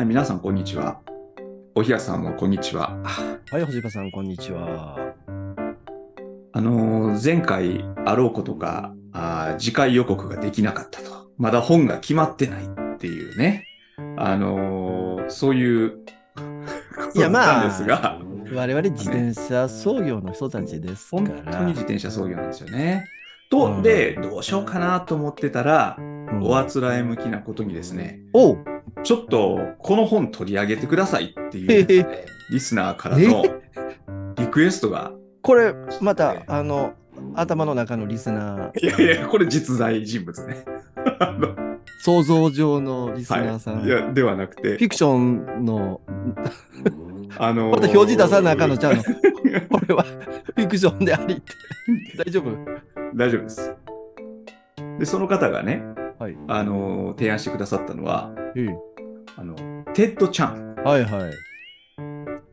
い、皆さん、こんにちは。おひやさんも、こんにちは。はい、星葉さん、こんにちは。あのー前回、あろうことか、あー次回予告ができなかったと。まだ本が決まってないっていうね。あのーそういう こといやだったまあんですが、我々自転車操業の人たちですか本当ら、に自転車操業なんですよね。うと、んで、どうしようかなと思ってたら、うんおあつらえ向きなことにですね、おうちょっとこの本取り上げてくださいっていうですね、 リスナーからのリクエストが、これまたあの頭の中のリスナーいやいや、これ実在人物ね。あの想像上のリスナーさん、はい、いやではなくフて、ィクションのあのーまた表示出さなあかんのちゃうの これはフィクションでありって 大丈夫大丈夫です。で、その方がね、はいあのー提案してくださったのは、えあのテッドちゃん。えはいはい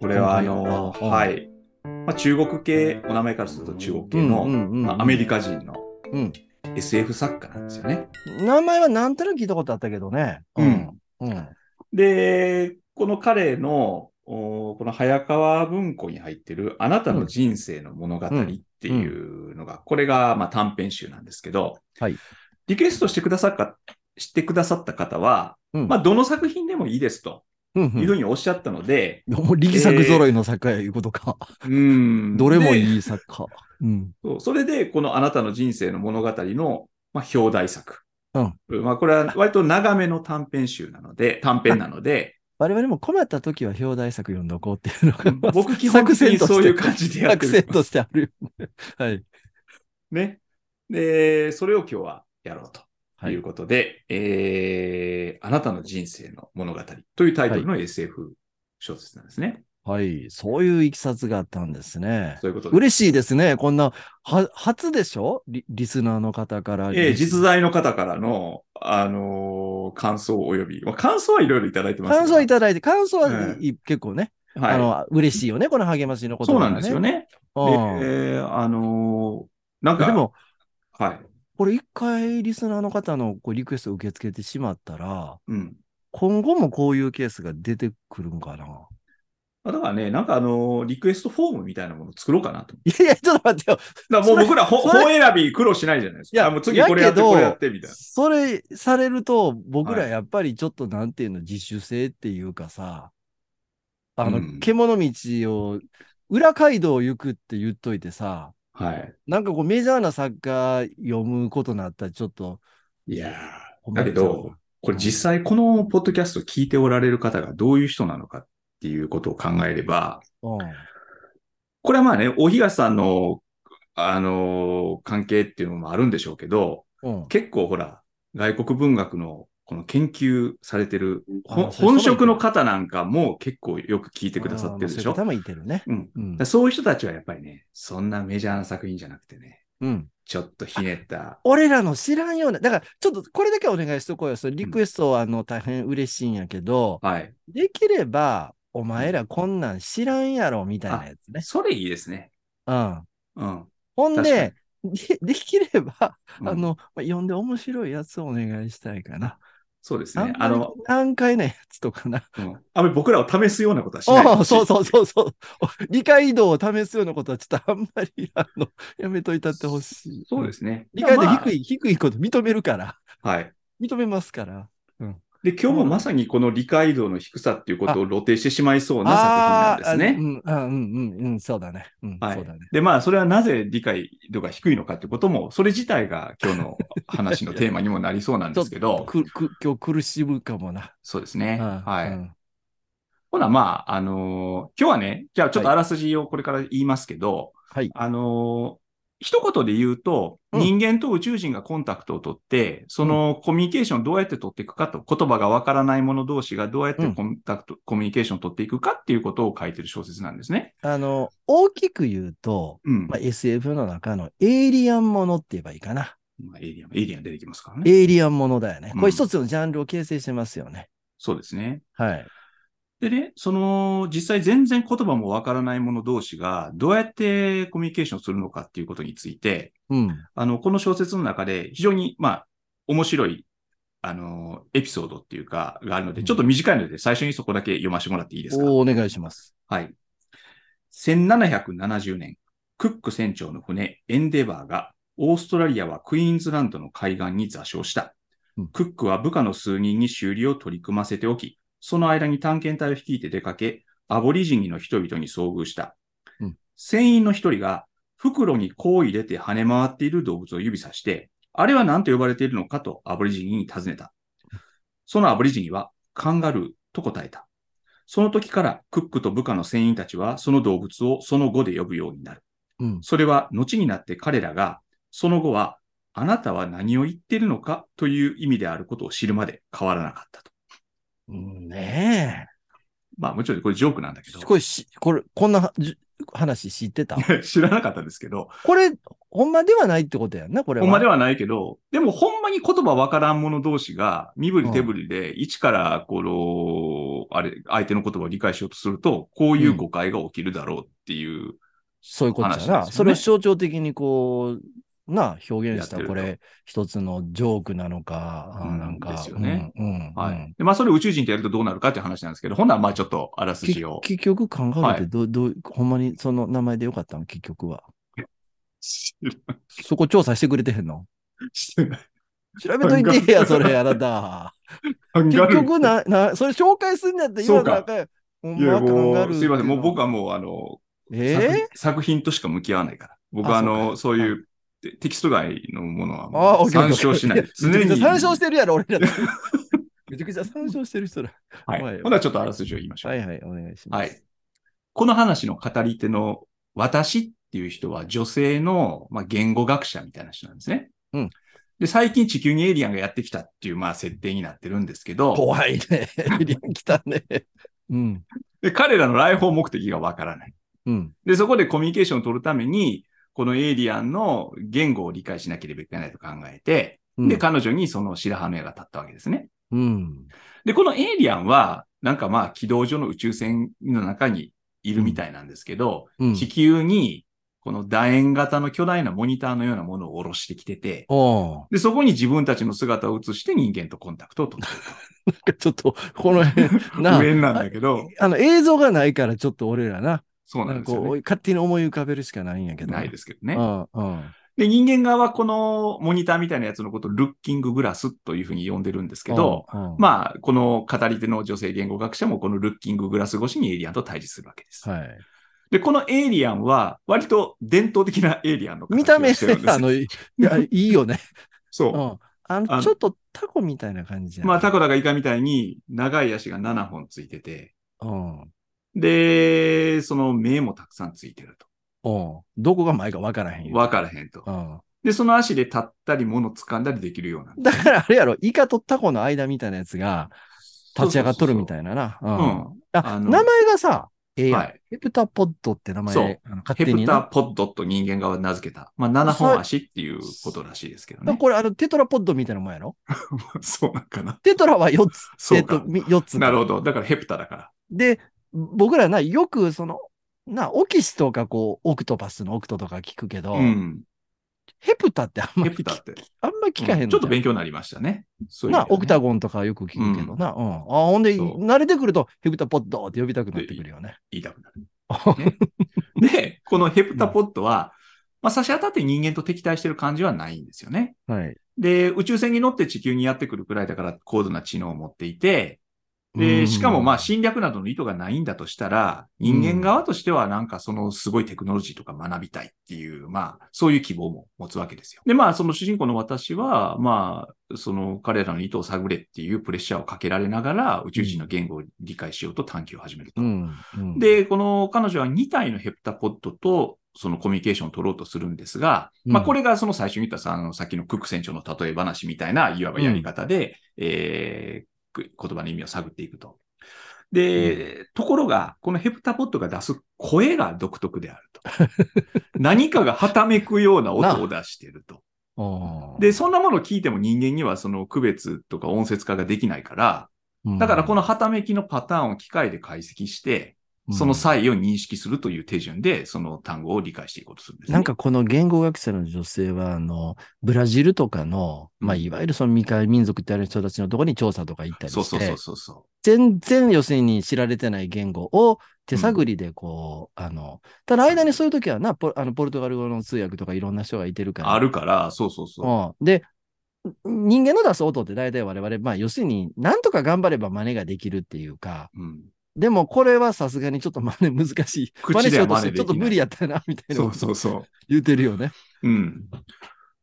これは、あ今回はのーうんはい。まあ、中国系、お名前からすると中国系の、うんうんうんうんまあアメリカ人のうん SF 作家なんですよね。名前はなんとなく聞いたことあったけどねうんうんで、この彼の、おこの早川文庫に入ってる、あなたの人生の物語っていうのが、これがまあ短編集なんですけど、はいリクエストしてくださった、してくださった方は、うんまあ、どの作品でもいいですとうんいうふうにおっしゃったので、もう力作揃いの作家やいうことか、うんどれもでいい作家うんそうそれで、このあなたの人生の物語の、まあ、表題作。うんまあ、これは割と長めの短編集なので、短編なので、我々も困った時は表題作読んどこうっていうのが、まあ僕基本的にそういう感じでやってる作戦としてあるよね。はい。ね。で、それを今日はやろうということで、えーあなたの人生の物語というタイトルの SF 小説なんですね。はい。そういういきさつがあったんですね。そういうことで。嬉しいですね。こんな、は、初でしょリリスナーの方から。えー実在の方からの、あのー感想および、まあ、感想はいろいろいただいてますが。感想いただいて、感想は、えい結構ね、はいあの、嬉しいよね。この励ましのこと、そうなんですよね。ね。でうんえーあのーなんか、でも、はい。これ一回リスナーの方のこうリクエストを受け付けてしまったら、うん。今後もこういうケースが出てくるんかな。まあだからね、なんかあのーリクエストフォームみたいなもの作ろうかなと。いやいや、ちょっと待ってだよ。からもうそれ僕らほそれ本選び苦労しないじゃないですか。いやあもう次これやって、やけどこれやってみたいな。それされると、僕らはいやっぱりちょっとなんていうの、自主性っていうかさ、あうの、ん獣道を、裏街道を行くって言っといてさ、はい。なんかこうメジャーな作家読むことになったらちょっと、いやー困だっちゃけうど、これ実際このポッドキャスト聞いておられる方がどういう人なのかっていうことを考えれば、うん、これはまあね、お東さんの、あのー関係っていうのもあるんでしょうけど、うん。結構ほら、外国文学のこの研究されてる、ほあそうい本う人もいる職の方なんかも結構よく聞いてくださってるでしあょーまあそういう方もいてるね。うん。だかうんら。そういう人たちはやっぱりね、そんなメジャーな作品じゃなくてね、うん、ちょっとひねった。俺らの知らんような、だからちょっとこれだけはお願いしとこうよ。それリクエストはあの大変嬉しいんやけど、はい。できれば、お前らこんなん知らんやろみたいなやつね。それいいですね。うん。うん。ほん確かで、でできれば、うんあ、の、まあ読んで面白いやつをお願いしたいかな。そうですあんね。まありの、難解なやつとかな。うんあんまり僕らを試すようなことはしない。おお、そうそうそうそう。お理解移動を試すようなことはちょっとあんまり、あの、 やめといたってほしい。。そうですすね。理解度まあ低い、低いこと認めるから。はい。認めますから。で、今日もまさにこの理解度の低さっていうことを露呈してしまいそうな作品なんーですうね。ん、あうん、うん、うん、そうだね。うん、はいそうだね。で、まあ、それはなぜ理解度が低いのかってことも、それ自体が今日の話のテーマにもなりそうなんですけ ど、くく今日苦しむかもな。そうですね。うんはうい。んほな、まあ、あのー今日はね、じゃあちょっとあらすじをこれから言いますけど、はい。あのー一言で言うと、うん人間と宇宙人がコンタクトを取って、そのコミュニケーションをどうやって取っていくかと、言葉がわからない者同士がどうやってコンタクト、コミュニケーションを取っていくかっていうことを書いてる小説なんですね。あの、大きく言うと、うん。まあ、SF の中のエイリアンものって言えばいいかな。まあ、エイリアン、エイリアン出てきますからね。エイリアンものだよねう。んこれ一つのジャンルを形成してますよね。そうですね。はい。でね、その、実際全然言葉もわからない者同士がどうやってコミュニケーションするのかっていうことについて、うん。あの、この小説の中で非常に、まあ、面白いあの、エピソードっていうか、があるので、ちょっと短いので、最初にそこだけ読ませてもらっていいですか。おお願いします。はい。1770年、クック船長の船エンデバーが、オーストラリアはクイーンズランドの海岸に座礁したうん。クックは部下の数人に修理を取り組ませておき、その間に探検隊を率いて出かけ、アボリジニの人々に遭遇した。うん船員の一人が、袋にこう入れて跳ね回っている動物を指さして、あれは何と呼ばれているのかとアボリジニに尋ねた。そのアボリジニは、カンガルーと答えた。その時からクックと部下の船員たちはその動物をその後で呼ぶようになる。うん。それは後になって彼らが、その後は、あなたは何を言ってるのかという意味であることを知るまで変わらなかったと。うんねまあもちろんこれジョークなんだけえ。ど、これし、これ、こんなはじ話知ってた 知らなかったんですけど、これ、ほんまではないってことやんな、これは。ほんまでは。はないけど、でもほんまに言葉わからん者同士が身振り手振りで一からこの、あれ、相手の言葉を理解しようとすると、こういう誤解が起きるだろうっていう、そういうことじゃ話な、ですよねそれを象徴的にこう、なあ、表現した、やってることれ、一つのジョークなのか、あーうんなんか。ですよねうん。うん。はうんい。でまあそれを宇宙人とやるとどうなるかっていう話なんですけど、ほんならまあちょっとあらすきじを。結局、カンガルーってど、どう、ほんまにその名前でよかったの結局は。そこ調査してくれてへんの してない。調べといて や、それ、あなた。カン結ガルー局な、な、それ紹介するんだって言わなあかんやん。ほんいやま、カンガもルう、ー。すいません。もう僕は。もう、あの、作え作品としか向き合わないから。僕は、ああの、そそううかいうテテキスト外のものはー、あもう参照 しない。常常に。に。参照してるやろ、俺ら。 めちゃくちゃ参照してる人ら。は怖いい。よほんならちょっとあらすじを言いましょう。はいはい、お願いします。はい。この話の語り手の私っていう人は女性の、まあ、言語学者みたいな人なんですね。うんで、最近地球にエイリアンがやってきたっていう、まあ、設定になってるんですけど、怖いね。エイリアン来たね。うん。で彼らの来訪目的がわからない。うん。で、そこでコミュニケーションを取るために、このエイリアンの言語を理解しなければいけないと考えて、うんで、彼女にその白羽の矢が立ったわけですね。うん。で、このエイリアンは、なんかまあ、軌道上の宇宙船の中にいるみたいなんですけど、うん。地球に、この楕円型の巨大なモニターのようなものを下ろしてきてて、おー で、そこに自分たちの姿を映して人間とコンタクトを取ってちょっと、この辺、る。なあ無縁なんだけど、あの映像がないからちょっと俺らな、そうななんんですかよ、こね。う、勝手に思い浮かべるしかないんやけど。ないですけどね。うんうん。で、人間側はこのモニターみたいなやつのことをルッキンググラスというふうに呼んでるんですけど、うん、あ、まあ、この語り手の女性言語学者もこのルッキンググラス越しにエイリアンと対峙するわけです。はい。で、このエイリアンは割と伝統的なエイリアンの見た形目をしてるねん、ですあの、い やいいよね。そうう。ん。ああの、のちょっとタコみたいな感じやねまあ、タコだかイカみたいに長い足が7本ついてて、うん。で、その目もたくさんついてると。うん。どこが前か分からへんよ。わからへんと。うん。で、その足で立ったり、物掴んだりできるような。だからあれやろ、イカとタコの間みたいなやつが立ち上がっとるみたいいなな。うな。ん。うん。あ、あの名前がさ、ええやんはいヘプタポッドって名前そうあの勝ヘ手プにタな。ポッドと人間側名付けた。まあ、7本足っていうことらしいですけどね。これ、あの、テトラポッドみたいなもんやろ そうなんかな。テトラは4つ。そえうっか。と、み四つ。なるほど。だからヘプタだから。で、僕らな、よくその、な、オキシとかこう、オクトパスのオクトとか聞くけど、うん。ヘプタってあんまヘりプタ聞って。あんまり聞かへんの、うんちょっと勉強になりましたね。そういう意な、味ではねオクタゴンとかよく聞くけどな。うん。あほんで、そう慣れてくると、ヘプタポッドって呼びたくなってくるよね。言いたくなる。 で、このヘプタポッドは、まあ、差し当たって人間と敵対してる感じはないんですよね。はい。で、宇宙船に乗って地球にやってくるくらいだから高度な知能を持っていて、うで、んしかもまあ侵略などの意図がないんだとしたら、人間側としてはなんかそのすごいテクノロジーとか学びたいっていう、まあそういう希望も持つわけですよ。で、まあその主人公の私は、まあその彼らの意図を探れっていうプレッシャーをかけられながら宇宙人の言語を理解しようと探求を始めると。うん。うん、で、この彼女は2体のヘプタポッドとそのコミュニケーションを取ろうとするんですが、うんまあこれがその最初に言ったさ、あの、さっきのクック船長の例え話みたいな、いわばやり方で、えーく言葉の意味を探っていくと。で、ところが、このヘプタポッドが出す声が独特であると。 何かがはためくような音を出していると。うん、で、そんなものを聞いても人間にはその区別とか音節化ができないから、だからこの、のはためきのパターンを機械で解析して、その差異を認識するという手順で、その単語を理解していこうとするんです、ね。なんかこの言語学者の女性は、あの、ブラジルとかの、まあ、いわゆるその未開民族ってある人たちのところに調査とか行ったりして、そうそうそうそうそ全然要するに知られてない言語を手探りでこう、あの、ただ間にそういう時はな、ポあのポルトガル語の通訳とかいろんな人がいてるう。から。あるから、そうそうそう。うん、で、人間の出す音って大体我々、まあ要するに、なんとか頑張れば真似ができるっていうか、うん、でもこれはさすがにちょっと真似難しい。口でしはようと真し似できなてちょい。っと無理やったな、みたいなそこうとそうそう。言うてるよね。うん。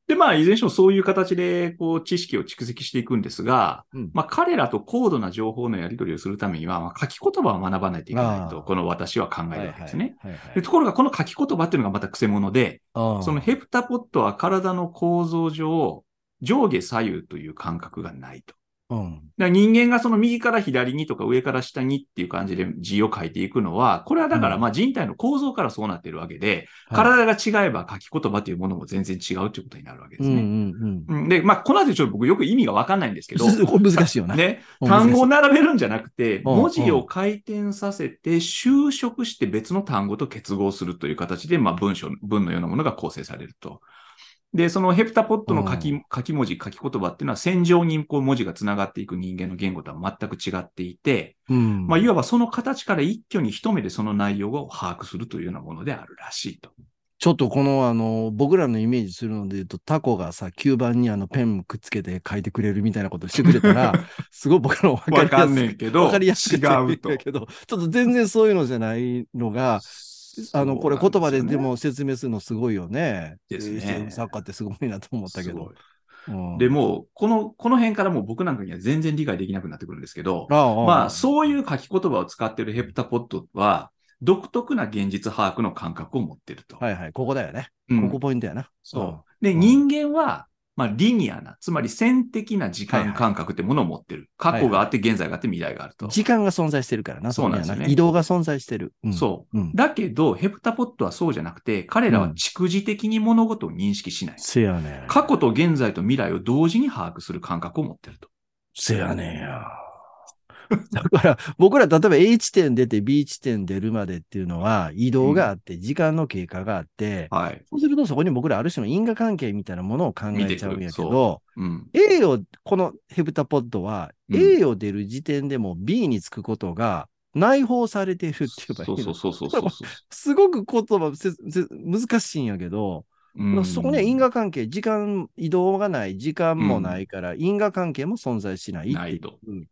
で、まあ、いずれにしてもそういう形で、こう、知識を蓄積していくんですが、うんまあ、彼らと高度な情報のやり取りをするためには、まあ、書き言葉を学ばないといけないああと、この私は考えるわけですね。はいはいはいでところが、この書き言葉っていうのがまた癖者で、はいそのヘプタポットは体の構造上、上下左右という感覚がないと。うんだから人間がその右から左にとか上から下にっていう感じで字を書いていくのは、これはだからうんまあ人体の構造からそうなっているわけで、はい体が違えば書き言葉というものも全然違うということになるわけでうすんね。うんうんで、まあ、この後ちょっと僕よく意味がわかんないんですけど、うん。こ れ難しいよな。ね、うん単語を並べるんじゃなくて、うん文字を回転させて、修飾して別の単語と結合するという形で、まあ、文章、文のようなものが構成されると。で、そのヘプタポットの書き,、書き文字、書き言葉っていうのは、線上にこう文字がつながっていく人間の言語とは全く違っていて、うん。まあ、いわばその形から一挙に一目でその内容を把握するというようなものであるらしいと。ちょっとこの、あの、僕らのイメージするので言うと、タコがさ、吸盤にあの、ペンくっつけて書いてくれるみたいなことしてくれた ら、すごい僕らわかりやすわくかんねえけど、わかりやすくて違うといいんだ。けど、ちょっと全然そういうのじゃないのが、 あの、これ言葉ででも説明するのすごいよね。ですね SF 作家ってすごいなと思ったけすごいど。うんで、もう、この、この辺からもう僕なんかには全然理解できなくなってくるんですけど、ああまあ、そういう書き言葉を使っているヘプタポットは、独特な現実把握の感覚を持ってると。はいはい、ここだよね。うんここポイントやな。そうう。で、ん人間は、まあ、リニアな、つまり線的な時はいは間い感覚ってものを持ってる。過去があって、現在があって、未来があると。時間が存在してるからな、そうなんですよねこには移動が存在してる。うん。そううんう。。だけど、ヘプタポットはそうじゃなくて、彼らは逐次的に物事を認識しない。せやねん。過去と現在と未来を同時に把握する感覚を持ってると。せやねんや。だから、僕ら、例えば A 地点出て B 地点出るまでっていうのは、移動があって、時間の経過があって、はい。そうするとそこに僕らある種の因果関係みたいなものを考えちゃうんやけ見てくるど、うん。 A を、このヘプタポッドは、うん A を出る時点でも B につくことが内包されているって言えばいいそうのそうそうそうそうそう。すごく言葉せせ難しいんやけど、 うんそこには因果関係、時間、移動がない、時間もないから、因果関係も存在しないってないとうん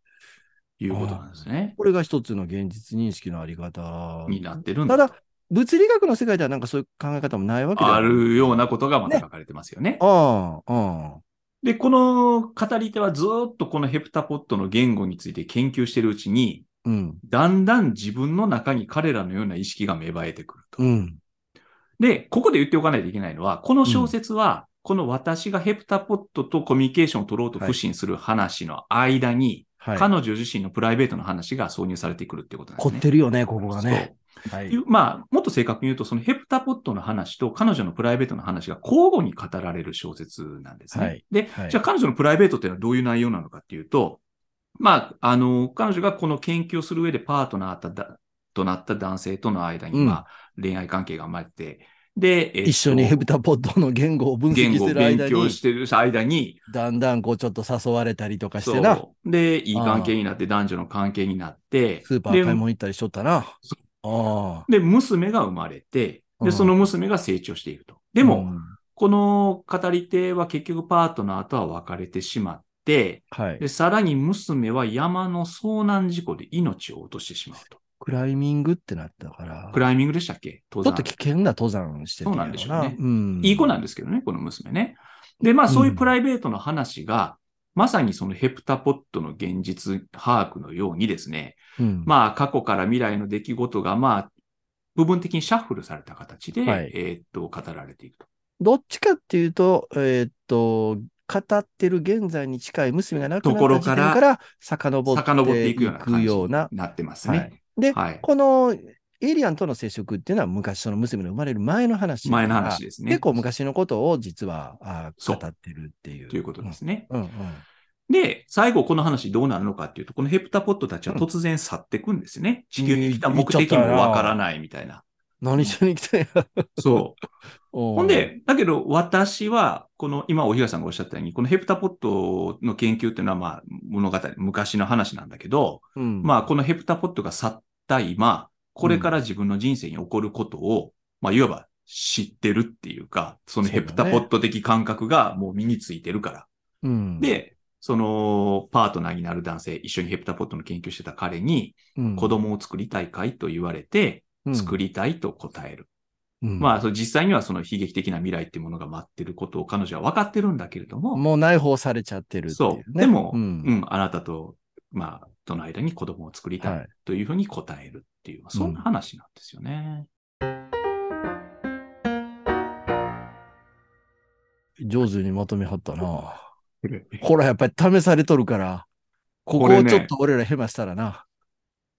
いうことなんですね。これが一つの現実認識のあり方。になってるんただだ、物理学の世界ではなんかそういう考え方もないわけだあ。るようなことがまた書かれてますよね。ああ、ああ。で、この語り手はずーっとこのヘプタポットの言語について研究してるうちに、うん、だんだん自分の中に彼らのような意識が芽生えてくると。うん。で、ここで言っておかないといけないのは、この小説は、この私がヘプタポットとコミュニケーションを取ろうと不信する話の間に、はい。彼女自身のプライベートの話が挿入されてくるっていうことなんで凝すね。ってるよね、ここがそうね。はってい。うまあ、もっと正確に言うと、そのヘプタポットの話と彼女のプライベートの話が交互に語られる小説なんですね。はいで、はいじゃあ彼女のプライベートっていうのはどういう内容なのかっていうと、まあ、あの、彼女がこの研究をする上でパートナーとだとなった男性との間に、うんまあ、恋愛関係が生まれて、で、えっと一緒にヘプタポッドの言語を分言析し語をてる勉間に、強してる間に、だんだんこうちょっと誘われたりとかしそてな、う。で、いい関係になって、男女の関係になって、スーパー買いで物行ったりしとったな。あそあ。で、娘が生まれて、うんで、その娘が成長していると。ででも、この語り手は結局パートナーとは別れてしまって、はいで、。さらに娘は山の遭難事故で命を落としてしまうと。クライミングってなったから、クちライミングでしたっけ登ょっ山と危険な登山してるそうなんでしょうねうん。いい子ななんですけどね、この娘ね。で、まあそういうプライベートの話が、まさにそのヘプタポットの現実把握のようにですね、うん。まあ過去から未来の出来事が、まあ、部分的にシャッフルされた形で、はいえーっと、語られていくと。どっちかっていうと、えーっと、語ってる現在に近い娘が亡くなとこったろ時か点らから遡って遡っていくような感じようにななってますね。で、はい。このエイリアンとの接触っていうのは昔その娘の生まれる前の話だか前ら。の話ですね。結構昔のことを実はあそう語ってるっていう。ということですね。うんうん。で、最後この話どうなるのかっていうと、このヘプタポットたちは突然去ってくんですね。地球に来た目的もわからないみたいな。何しに来たんや。そう。ほほん、で、だけど私は、この今お東さんがおっしゃったように、このヘプタポットの研究っていうのはまあ物語、昔の話なんだけど、うん、まあこのヘプタポットが去った今、これから自分の人生に起こることを、まあいわば知ってるっていうか、そのヘプタポット的感覚がもう身についてるから。うん、で、そのパートナーになる男性、一緒にヘプタポットの研究してた彼に、うん、子供を作りたいかいと言われて、作りたいと答える。うん、まあ、その実際にはその悲劇的な未来っていうものが待ってることを彼女は分かってるんだけれども、もう内包されちゃってるってい、そうね。う。でも、ううんん、あなたと、まあ、との間に子供を作りたはいいというふうに答えるっていう、まあそんな話なんですよね。上手にまとめはったな。いほら、やっぱり試されとるから、こここれをねちょっと俺らヘマしたらな。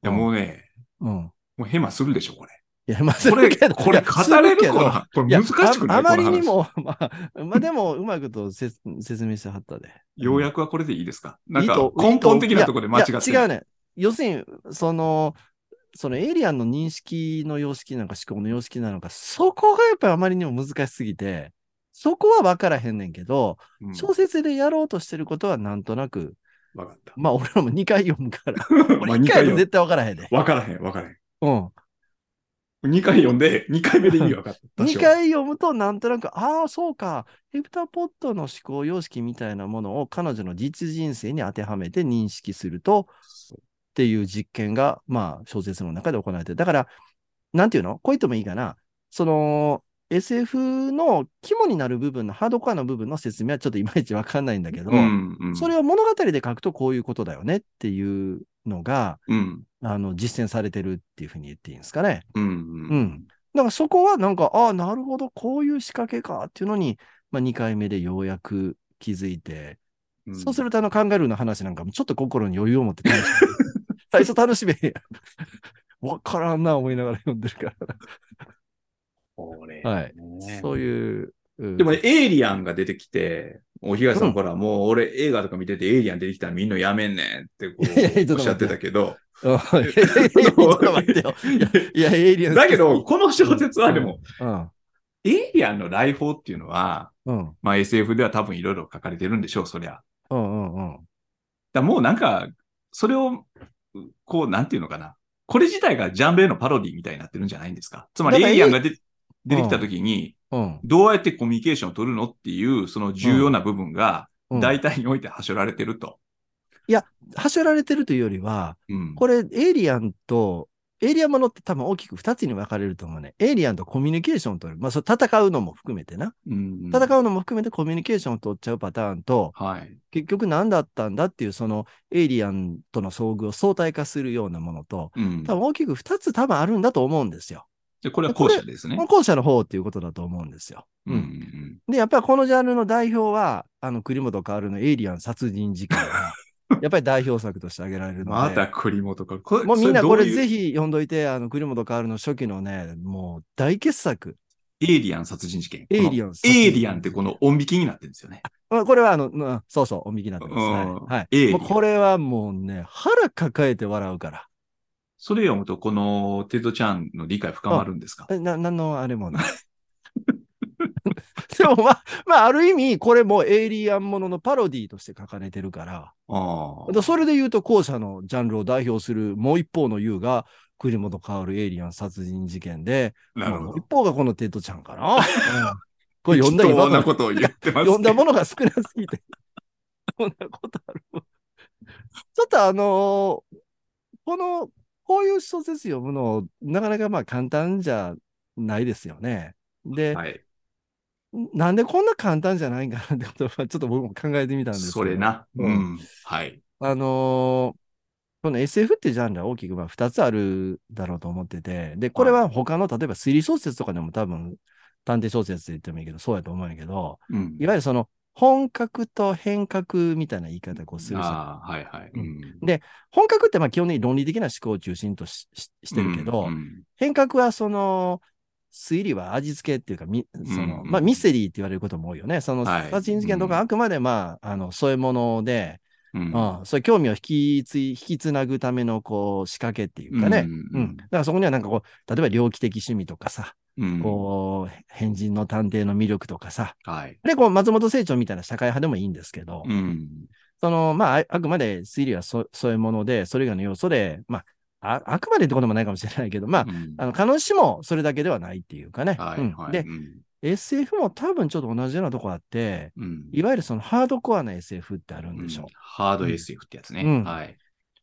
や、もうね、うん。もうヘマするでしょ、これ。いやヘマすこれ、るけど。これいやす語れるけかどなこいれや難しくないああまりに。この話も、まあ、まあでも、うまくとせつ説明してはったで。ようやくはこれでいいですかなんいいかと根本的なところで間違っているやいや違うね。要するに、その、そのエイリアンの認識の様式なのか思考の様式なのか、そこがやっぱりあまりにも難しすぎて、そこは分からへんねんけど、うん小説でやろうとしてることはなんとなく、わかった。まあ俺らも2回読むから、 ま俺あ1二回回で読絶対分からへんで。む。わからへん、わからへん。うん。 2回読んで、2回 目で意味わかった。 2回読むとなんとなく、ああ、そうか、ヘプタポットの思考様式みたいなものを彼女の実人生に当てはめて認識すると、っていう実験が、まあ、小説の中で行われてる。だから、なんていうのこう言ってもいいかな。その、SF の肝になる部分のハードコアの部分の説明はちょっといまいちわかんないんだけど、うんうん、それを物語で書くとこういうことだよねっていうのが、うん、あの、実践されてるっていうふうに言っていいんですかね。うん、ううんん。だからそこはなんか、ああ、なるほど、こういう仕掛けかっていうのに、まあ、2回目でようやく気づいて、うんそうするとあのカンガルーの話なんかもちょっと心に余裕を持って楽しめる最初楽しめへんやん。わからんな思いながら読んでるから。これはいねそういう。うんでも、ね、エイリアンが出てきて、お東さん、うんほら、もう俺映画とか見てて、エイリアン出てきたらみんなやめんねんってこ いやいやうちょおっと待ってっしゃってたけど。うんいやいやいやちょっと待ってよ。いや、エイリアン好きだけど、、この小説はでも、うん。エイリアンの来訪っていうのは、うん。まあ SF では多分いろいろ書かれてるんでしょう、そりゃ。だかうん。うん。うん。らもうなんか、それを、こう、なんていうのかな。これ自体がジャンベのパロディみたいになってるんじゃないんですか。つまり、だからエイリアンが出出てきたときに、うん。どうやってコミュニケーションを取るのっていう、その重要な部分が、うん大体においてはしょられてると。はしょられてるというよりは、うん。これ、エイリアンと、エイリアンものって多分大きく2つに分かれると思うね。エイリアンとコミュニケーションを取る。まあ、それ戦うのも含めてな。うん戦うのも含めてコミュニケーションを取っちゃうパターンと、はい。結局何だったんだっていう、そのエイリアンとの遭遇を相対化するようなものと、うん。多分大きく2つ多分あるんだと思うんですよ。で、これは後者ですね。後者の方っていうことだと思うんですよ。うんうんで、やっぱりこのジャンルの代表は、あの、栗本薫のエイリアン殺人事 件が、やっぱり代表作として挙げられるうん。ので。また栗本か。これ もうみんなこれぜひ。ひ読んどいて、あの、栗本薫の初期のね、もう大傑作。エイリアン殺人事件。エイリアンこの殺人事エ件イリアンってこの音引きになってるんですよね。まあ、これはあの、うんそうそう、おみきなってますうんね。はえい。えもうこれはもうね、腹抱えて笑うから。それ読むと、このテッドちゃんの理解深まるんですかえな、なんのあれもない。 でもまあ、まあ、ある意味、これもエイリアンもののパロディーとして書かれてるから、あだそれで言うと、後者のジャンルを代表するもう一方の優が、栗本薫エイリアン殺人事件で、あ。なるほもどう一。方がこのテッドちゃん かな。うんこれ読んだ適当今なことを言ってますけど。読んだものが少なすぎて。そんなことある。ちょっとあのーこの、こういう小説読むの、なかなかまあ簡単じゃないですよね。で、はい。なんでこんな簡単じゃないんかなってことは、ちょっと僕も考えてみたんですけどそれ。な。ううんん。はい。あのーこの SF ってジャンルは大きくまあ2つあるだろうと思ってて、で、これは他の、例えば推理小説とかでも多分、探偵小説って言ってもいいけど、そうやと思うんやけど、うんいわゆるその本格と変革みたいな言い方をこうするじゃん。ああ、はいはい。うんうん本格ってまあ基本的に論理的な思考を中心としししてるけど、うん変革はその推理は味付けっていうか、みそのうんまあ、ミステリーって言われることも多いよね。そのはい殺人事件とかうんあくまでまあ、あの添え物で、うんああそういう興味を引きつい引きつなぐためのこう仕掛けっていうかね、ううんんだからそこにはなんかこう、例えば猟奇的趣味とかさ、うんこう、変人の探偵の魅力とかさ、はい。で、こう、松本清張みたいな社会派でもいいんですけど、うんその、まあ、ああくまで推理はそそういうもので、それ以外の要素で、まあ、ああくまでってこともないかもしれないけど、まあ、うんあの、必ずしもそれだけではないっていうかね。はういんはい。で、SF も多分ちょっと同じようなとこあって、うん、いわゆるそのハードコアな SF ってあるんうんでしょハード SF ってやつね。うんはい。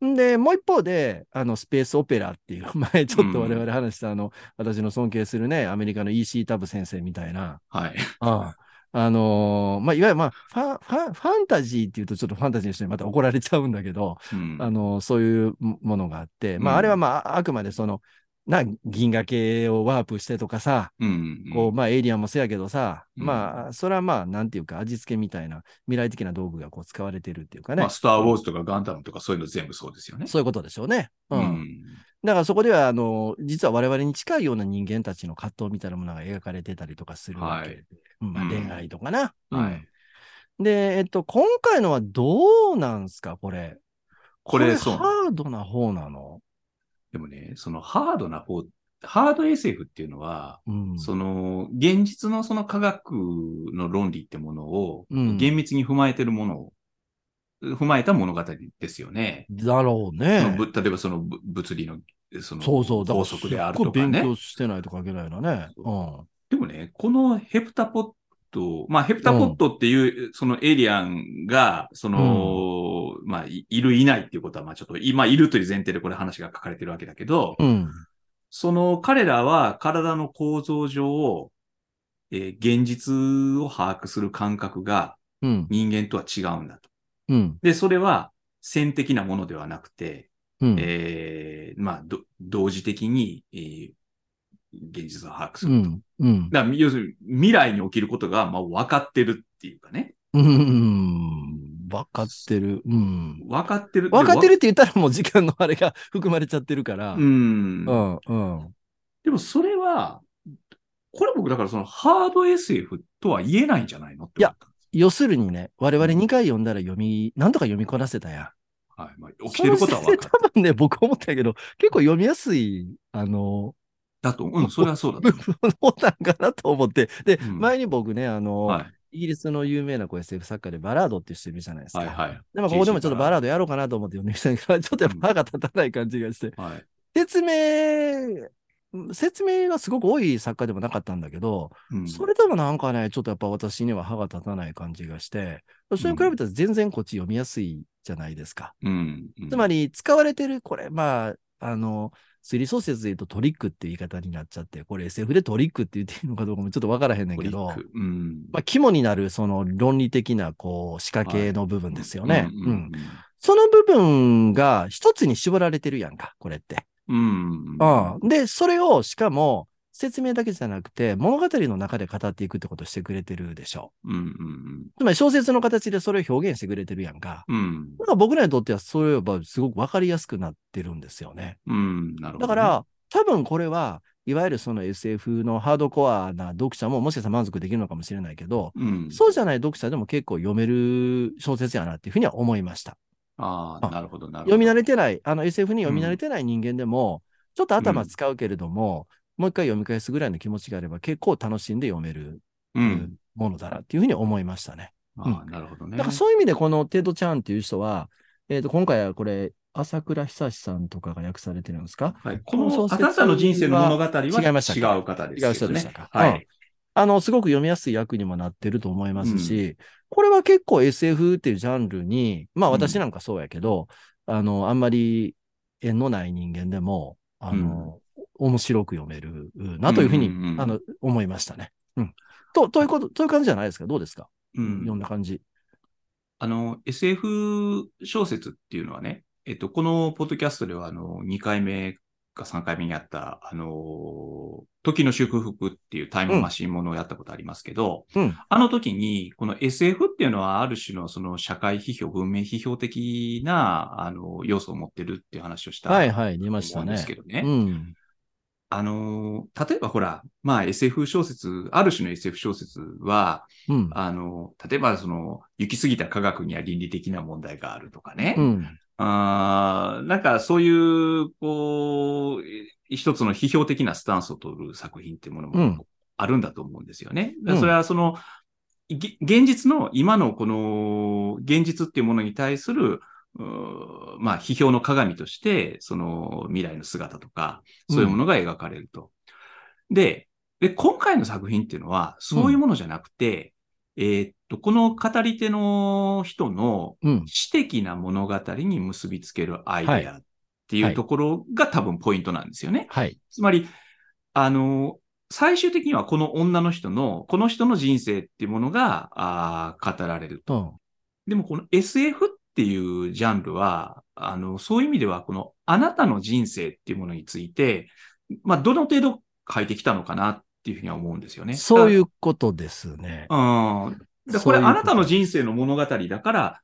んで、もう一方で、あの、スペースオペラっていう、 前ちょっとうん我々話した、あの、私の尊敬するね、アメリカの EC タブ先生みたいな、 はい。あのーまあ、いわゆる、まあ、ファンファンファンタジーっていうとちょっとファンタジーの人にまた怒られちゃうんだけど、うんあのーそういうものがあって、うまあ、んあれはまあ、ああくまでその、な、銀河系をワープしてとかさ、うんこう、まあ、エイリアンもせやけどさ、うんまあ、それはまあ、なんていうか、味付けみたいな、未来的な道具がこう使われてるっていうかね、まあ、スター・ウォーズとかガンダムとかそういうの全部そうですよね。そういうことでしょうね。ううんんだからそこでは、あの、実は我々に近いような人間たちの葛藤みたいなものが描かれてたりとかするわけで、はまあうん恋愛とかな、はい。うんで、えっと、今回のはどうなんすか、これ。これ、そう。ハードな方なのでもね、そのハードな方、ハード SF っていうのは、うん。その、現実のその科学の論理ってものを、うん厳密に踏まえてるものを、踏まえた物語ですよね。だろうそのね。ぶ例えばそのぶ物理の、その、そうそう、だか法らすっ則であるごいとか勉ね。強してないと書けないのね。うん。でもね、このヘプタポット、まあ、ヘプタポットっていう、そのエイリアンが、その、まあ、いいる、いないっていうことは、まあ、ちょっと、今、いるという前提でこれ話が書かれてるわけだけど、うん。その彼らは体の構造上、えー現実を把握する感覚がうん。人間とは違うんだと。うん。で、それは線的なものではなくて、うん。えーまあ、ど同時的に、えー現実を把握すうる。ん。うん。だから要するに未来に起きることが、まあ、分かってるっていうかね。うん。わかってる。うん。分かってる。分かってるるって言ったらもう時間のあれが含まれちゃってるから。うん。うんうん。でもそれは、これ僕だからそのハード SF とは言えないんじゃないのって思った。要するにね、我々2回読んだら読み、なんとか読みこなせたやはい。まあ、起きてることは分かる。その先生多分ね、僕思ったけど、結構読みやすい、あの、だと、うん、それはそうだと文法なんかなと思って。で、うん前に僕ね、あの、思う。はい。イギリスの有名なこう SF 作家でバラードっていう人いるじゃないですか。はいはい。でもここでもちょっとバラードやろうかなと 思って読んでみたけど、ちょっとやっぱ歯が立たない感じがして。はい。説明、説明がすごく多い作家でもなかったんだけど、うんそれでもなんかね、ちょっとやっぱ私には歯が立たない感じがして、それに比べたら全然こっち読みやすいじゃないですか。うん。つまり、り、使われてる、これ、まあ、あの、推理小説で言うとトリックっていう言い方になっちゃって、これ SF でトリックって言っていいのかどうかもちょっとわからへんねんトけリどッ、ク。うん。まあ、肝になるその論理的なこう仕掛けの部分ですよね。ううんん。その部分が一つに絞られてるやんか、これって。うん。うんうん、で、それをしかも説明だけじゃなくて、物語の中で語っていくってことしてくれてるでしょ。うん。うんつまり小説の形でそれを表現してくれてるやんか。うん。だから僕らにとってはそれはすごくわかりやすくなってるんですよね。うん。なるほどね。だから、多分これは、いわゆるその SF のハードコアな読者ももしかしたら満足できるのかもしれないけど、うん。そうじゃない読者でも結構読める小説やなっていうふうには思いました。ああ、なるほど、なるほど。読み慣れてない、あの SF に読み慣れてない人間でも、ちょっと頭使うけれども、もう一回読み返すぐらいの気持ちがあれば結構楽しんで読めるうん。ものだなっていうふうに思いましたね。ああ、なるほどね。だからそういう意味でこのテッド・チャンっていう人は、えっ、と、今回はこれ、朝倉久志さんとかが訳されてるんですかはい、このこの小あ説なたの人生の物語は違違いましたかう方です違ようね。人でしたか。はうんい。あの、すごく読みやすい役にもなってると思いますし、これは結構 SF っていうジャンルに、まあうん私なんかそうやけど、あの、あんまり縁のない人間でも、あの、面白く読めるなというふうに、うんうんうんあの、思いましたね。うん。と、ということ、という感じじゃないですか。どうですか、う読んん、だ感じ。あの、SF 小説っていうのはね、えっと、このポッドキャストでは、あの、2回目か3回目にやった、あの、時の祝福っていうタイムマシンものをやったことありますけど、うん。あの時に、この SF っていうのは、ある種のその社会批評、文明批評的な、あの、要素を持ってるっていう話をしたはいはい、出ました思うんねです。けどね。うん。あのー、例えばほら、まあ SF 小説、ある種の SF 小説は、うん。あの、例えばその、行き過ぎた科学には倫理的な問題があるとかね。うん。あーなんかそういう、こう、い一つの批評的なスタンスを取る作品っていうものうもんあるんだと思うんですよね。だからうんそれはその、げ現実の今のこの現実っていうものに対する、うーまあ批評の鏡として、その未来の姿とか、そういうものが描かれると。でで、今回の作品っていうのは、そういうものじゃなくて、えーっと、この語り手の人の、うん。詩的な物語に結びつけるアイデアっていうところが多分ポイントなんですよね。はい。つまり、あの、最終的にはこの女の人の、この人の人生っていうものがあー語られると。うん。でもこの SF っていうジャンルは、あの、そういう意味ではこのあなたの人生っていうものについて、まあ、どの程度書いてきたのかなっていうふうには思うんですよね。。そういううことですね。うん。だからこそういれうことあなたの人生の物語だから、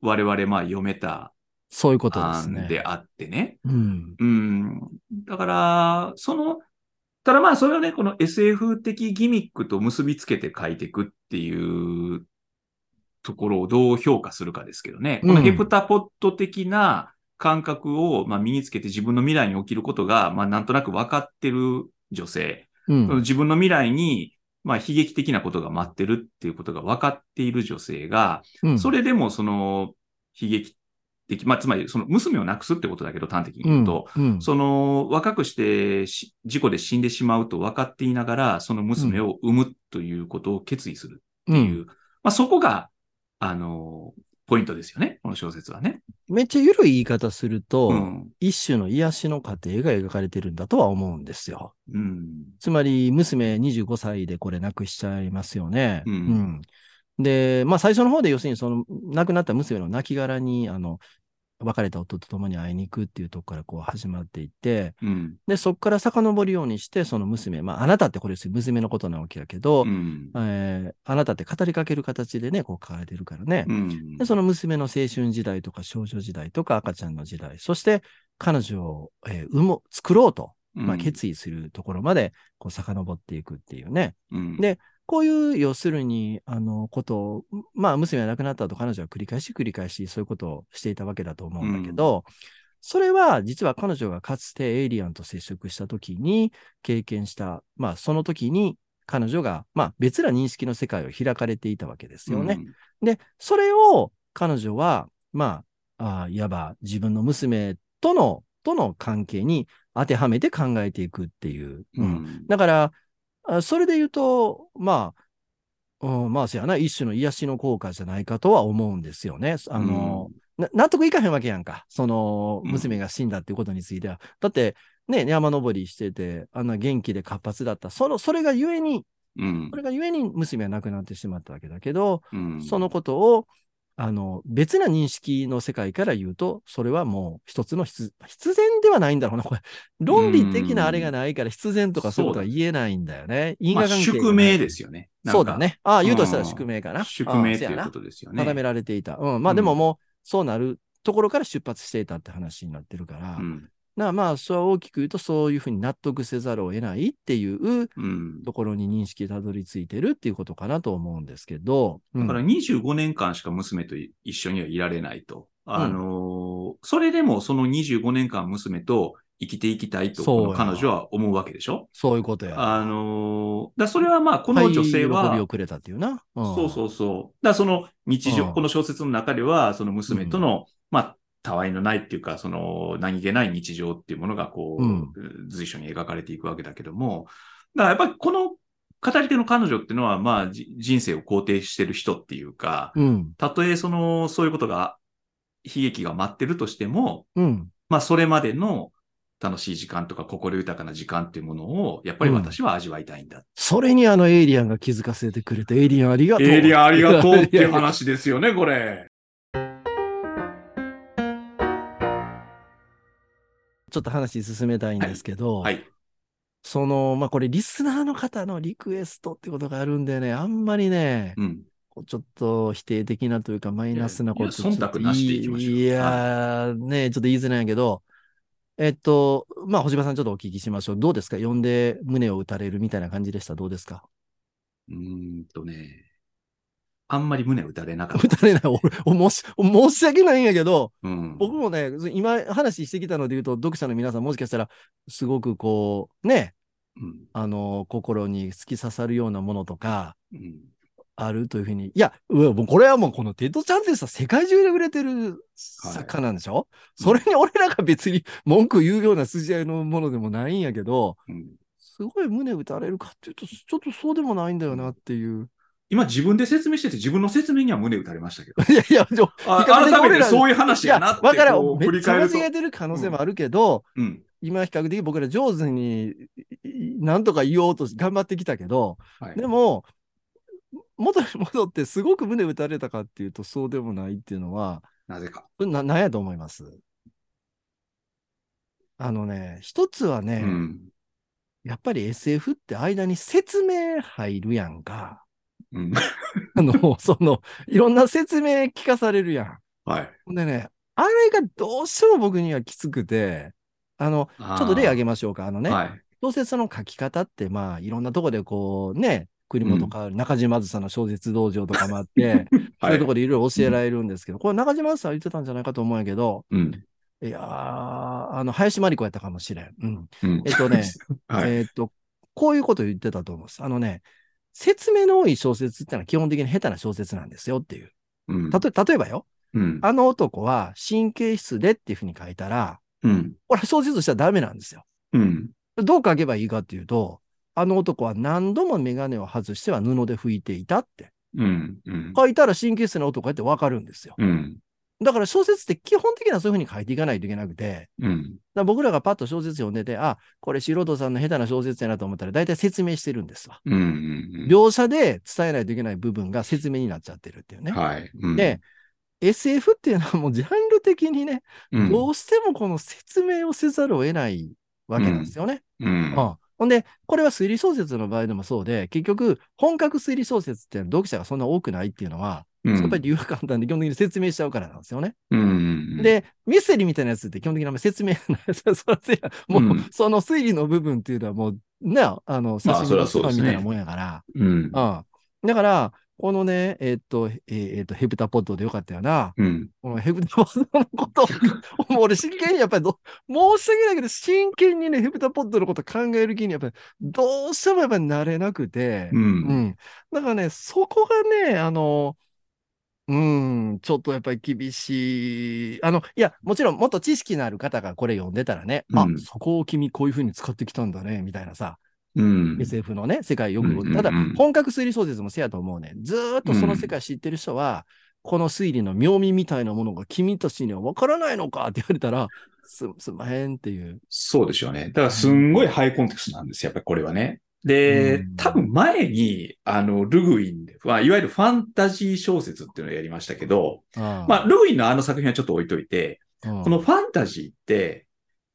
我々まあ読めたそういうことです案でね。あってね。うん。うん。だから、その、ただまあそれをね、この SF 的ギミックと結びつけて書いていくっていうところをどう評価するかですけどね。うんこのヘプタポット的な感覚を、まあ、身につけて自分の未来に起きることが、まあなんとなく分かってる女性。うん。自分の未来に、まあ悲劇的なことが待ってるっていうことが分かっている女性が、うん。それでもその悲劇的、まあ、つまりその娘を亡くすってことだけど、端的にう。言うんと、うん。その若くしてし事故で死んでしまうと分かっていながら、その娘を産むということを決意するうっていう、ん。まあ、そこが、あの、ポイントですよね、この小説はね。めっちゃ緩い言い方すると、うん。一種の癒しの過程が描かれてるんだとは思うんですよ。うん。つまり、娘25歳でこれ亡くしちゃいますよね。うんうんで、まあ最初の方で要するにその亡くなった娘の亡骸に、あの、別れた夫と共に会いに行くっていうとこからこう始まっていて、うん。で、そこから遡るようにして、その娘、まああなたってこれ要するに娘のことなわけやけうど、ん。えーあなたって語りかける形でね、こう書かれてるからね。うんで、その娘の青春時代とか少女時代とか赤ちゃんの時代、そして彼女を、えー産もう、作ろうと、まあ、決意するところまでこう遡っていくっていうね。うんでこういう、要するに、あの、ことを、まあ、娘が亡くなった後、彼女は繰り返し繰り返し、そういうことをしていたわけだと思うんだけど、それは、実は彼女がかつてエイリアンと接触した時に経験した、まあ、その時に彼女が、まあ、別な認識の世界を開かれていたわけですよね。。で、それを彼女は、まあ、あーいわば自分の娘との、との関係に当てはめて考えていくっていう。う。うんうんんだから、あそれで言うと、まあ、うん、まあ、せやな、一種の癒しの効果じゃないかとは思うんですよね。あの、な納得いかへんわけやんか。その、うん娘が死んだっていうことについては。だって、ね、山登りしてて、あんな元気で活発だった。その、それがゆえに、うんそれがゆえに娘は亡くなってしまったわけだけど、うんそのことを、あの、別な認識の世界から言うと、それはもう一つの必必然ではないんだろうな、これ。論理的なあれがないから必然とかそういうことは言えないんだよね。因ま果あ関係がない。宿命ですよね。なんかそうだ。ね。ああ、言うとしたうらん宿命かな。宿命ってあいあせやうなことですよね。定められていた。うん。まあでももう、そうなるところから出発していたって話になってるから。うんなあまあ、それは大きく言うと、そういうふうに納得せざるを得ないっていううん。ところに認識たどり着いてるっていうことかなと思うんですけど。だからうん25年間しか娘とい一緒にはいられないと。あのーそれでもその25年間娘と生きていきたいと、そうこやの彼女は思うわけでしょそういうことや。あのーだそれはまあ、この女性はいは、喜びをくれたっていうな。そうそうそう。だからその日うん常、この小説の中では、その娘との、まあ、たわいのないっていうか、その何気ない日常っていうものが、こう、うん随所に描かれていくわけだけども、だからやっぱりこの語り手の彼女っていうのは、まあ、じ人生を肯定してる人っていうか、うん。うん。たとえその、そういうことが、悲劇が待ってるとしても、うん。まあそれまでの楽しい時間とか心豊かな時間っていうものを、やっぱり私は味わいたいんだ。それにあのエイリアンが気づかせてくれて、エイリアンありがとう。エイリアンありがとうっていういやいや話ですよ ね、これ。 ちょっと話進めたいんですけど、はい。その、まあ、これリスナーの方のリクエストってことがあるんでね、あんまりね、うん。こうちょっと否定的なというかマイナスなこいやといや忖度なしでいきましょういやー、ね、ちょっと言いづらいんやけど、えっと、まあ、星葉さんちょっとお聞きしましょう。どうですか呼んで胸を打たれるみたいな感じでした。どうですかうーんとね、あんまり胸打たれなかっ打た。たれない。おお申し申し訳ないんやけど、うん、僕もね、今話してきたので言うと、読者の皆さんもしかしたら、すごくこう、ね、うんあの、心に突き刺さるようなものとか、うんあるというふうに。いや、うわもうこれはもうこのテッドちゃんってさ、世界中で売れてる作家なんでしょ、それに俺らが別に文句言うような筋合いのものでもないんやけど、うんすごい胸打たれるかっていうと、ちょっとそうでもないんだよなっていう。 今自分で説明してて、自分の説明には胸打たれましたけ ど。いやいや、ちょあ比較改的め俺てらそういう話いやや、なわってからん。こう振めりっちゃ返ると間違え。てる可能性もあるけど、うん今比較的僕ら上手にいいなんとか言おうとし頑張ってきたけど、はいでも、元に 戻ってすごく胸打たれたかっていうとそうでもないっていうのは、なぜか。これな、なんやと思いますあのね、一つはね、うんやっぱり SF って間に説明入るやんか。 うん、あの、その、いろんな説明聞かされるやん。はい。ほんでね、あれがどうしても僕にはきつくて、あの、ちちょっと例挙げげましょうか。あのね、はい。小説の書き方って、まあ、いろんなとこでこう、ね、栗本か、中島梓の小説道場とかもあって、そう はいういとこでいろいろ教えられるんですけど、これ中島梓は言ってたんじゃないかと思うんやけど、うんいやー、あの、林真理子やったかもしれん。うん。うんえっとね、 はい。えっと、こういうこと言ってたと思うんです。あのね、説明の多い小説ってのは基本的に下手な小説なんですよっていう。うんたと例えばよ、うんあの男は神経質でっていうふうに書いたら、うんこれは小説としてはダメなんですよ。うんどう書けばいいかっていうと、あの男は何度も眼鏡を外しては布で拭いていたって。うんうん書いたら神経質な男やってわかるんですよ。うんだから小説って基本的にはそういうふうに書いていかないといけなくて、だかうんら僕らがパッと小説読んでて、あ、これ素人さんの下手な小説やなと思ったら大体説明してるんですわ。うんうん描写で伝えないといけない部分が説明になっちゃってるっていうね。はい。うんで、SF っていうのはもうジャンル的にね、うんどうしてもこの説明をせざるを得ないわけなんですよね。うんうんほんで、これは推理小説の場合でもそうで、結局、本格推理小説っていうのは読者がそんな多くないっていうのは、うんやっぱり理由が簡単で基本的に説明しちゃうからなんですよね。うんうんで、ミステリーみたいなやつって基本的にあんまり説明ないそらそうやもう、うんその推理の部分っていうのはもう、ね、あの、まあ刺身そりゃのそうですみねたいなもんやから。うんうん。だから、このね、えーっと、えーえーっと、ヘプタポッドでよかったよな。うんこのヘプタポッドのことを、 もう俺真剣にやっぱりど、申し訳ないけど、真剣にね、ヘプタポッドのこと考える気にやっぱり、どうしてもやっぱりなれなくて、ううんん。だからね、そこがね、あの、うん、ちょっとやっぱり厳しい。あの、いや、もちろん、もっと知識のある方がこれ読んでたらね、あう、んそこを君こういうふうに使ってきたんだね、みたいなさ、うん。 SF のね、世界よく、うんうんうんただ、本格推理小説もせやと思うね。ずーっとその世界知ってる人は、この推理の妙味みたいなものが君たちには分からないのかって言われたら、す、すんまへんっていう。そうでしょうね。だからすんごいハイコンテクストなんですよ、やっぱりこれはね。でうん、多分前に、あの、ルグインで、まあ、いわゆるファンタジー小説っていうのをやりましたけど、あまあ、ルグインのあの作品はちょっと置いといて、あ、うんこ、のファンタジーって、